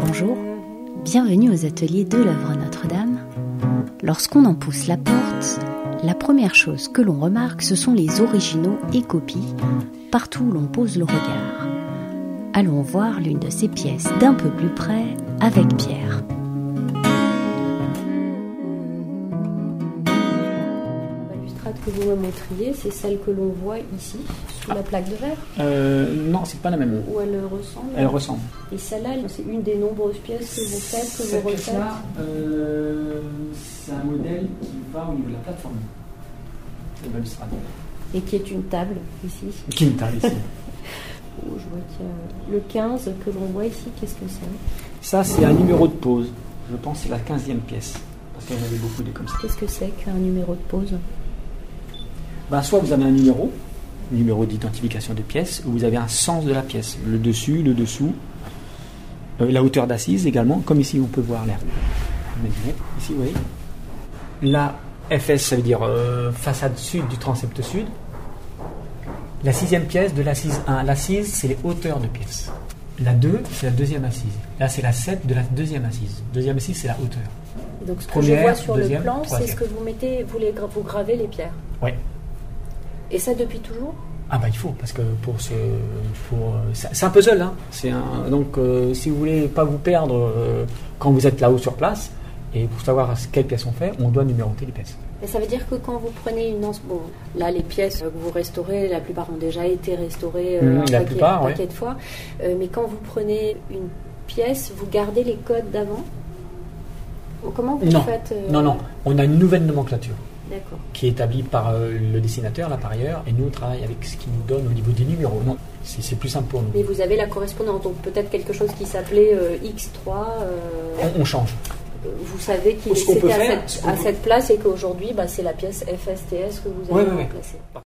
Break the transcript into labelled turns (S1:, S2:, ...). S1: Bonjour, bienvenue aux ateliers de l'œuvre Notre-Dame. Lorsqu'on en pousse la porte, la première chose que l'on remarque, ce sont les originaux et copies, partout où l'on pose le regard. Allons voir l'une de ces pièces d'un peu plus près avec Pierre.
S2: que vous me montriez, c'est celle que l'on voit ici, sous la plaque de verre
S3: Euh, non, c'est pas la même.
S2: Où elle ressemble
S3: Elle ressemble.
S2: Et celle-là, elle- c'est une des nombreuses pièces que vous faites, que
S3: Cette
S2: vous refaites
S3: pièce-là, euh, c'est un modèle qui va au niveau de la plateforme. C'est balustrade.
S2: Et qui est une table, ici.
S3: Quinta, ici.
S2: Oh, je vois qu'il y a le 15 que l'on voit ici, qu'est-ce que c'est
S3: Ça, c'est un numéro de pause. Je pense que c'est la 15e pièce. Parce qu'il y en avait beaucoup des comme ça.
S2: Qu'est-ce que c'est qu'un numéro de pause
S3: Ben, soit vous avez un numéro, numéro d'identification de pièce, ou vous avez un sens de la pièce. Le dessus, le dessous, euh, la hauteur d'assise également, comme ici on peut voir l'air. Ici, vous voyez. La FS, ça veut dire euh, façade sud du transept sud. La sixième pièce de l'assise 1. L'assise, c'est les hauteurs de pièce. La 2, c'est la deuxième assise. Là, c'est la 7 de la deuxième assise. Deuxième assise, c'est la hauteur.
S2: Donc ce que je
S3: Première,
S2: vois sur
S3: deuxième,
S2: le plan, c'est ce
S3: troisième.
S2: que vous mettez, vous, les gra- vous gravez les pierres.
S3: Ouais.
S2: Et ça depuis toujours
S3: Ah bah il faut parce que pour ce pour euh, c'est c'est un puzzle hein. C'est un donc euh, si vous voulez pas vous perdre euh, quand vous êtes là-haut sur place et pour savoir ce- quelles pièces on fait, on doit numéroter les pièces.
S2: Et ça veut dire que quand vous prenez une anse, bon, là les pièces euh, que vous restaurez, la plupart ont déjà été restaurées euh,
S3: Mhm,
S2: un
S3: la
S2: paquet,
S3: plupart,
S2: un
S3: ouais.
S2: paquet de fois, Euh, mais quand vous prenez une pièce, vous gardez les codes d'avant Ou Comment vous
S3: Non.
S2: faites euh,
S3: Non non, on a une nouvelle nomenclature
S2: D'accord.
S3: qui est établie par euh, le dessinateur là par ailleurs et nous on travaille avec ce qu'il nous donne au niveau des numéros. Non, c'est c'est plus simple pour nous.
S2: Mais vous avez la correspondante, donc peut-être quelque chose qui s'appelait euh, X3, euh,
S3: On, on change.
S2: vous savez qu'il
S3: Ce qu'on peut
S2: était à,
S3: faire,
S2: cette,
S3: ce qu'on
S2: à
S3: peut-
S2: cette place et qu'aujourd'hui bah, c'est la pièce FSTS que vous
S3: Ouais,
S2: avez
S3: ouais, ouais.
S2: remplacée.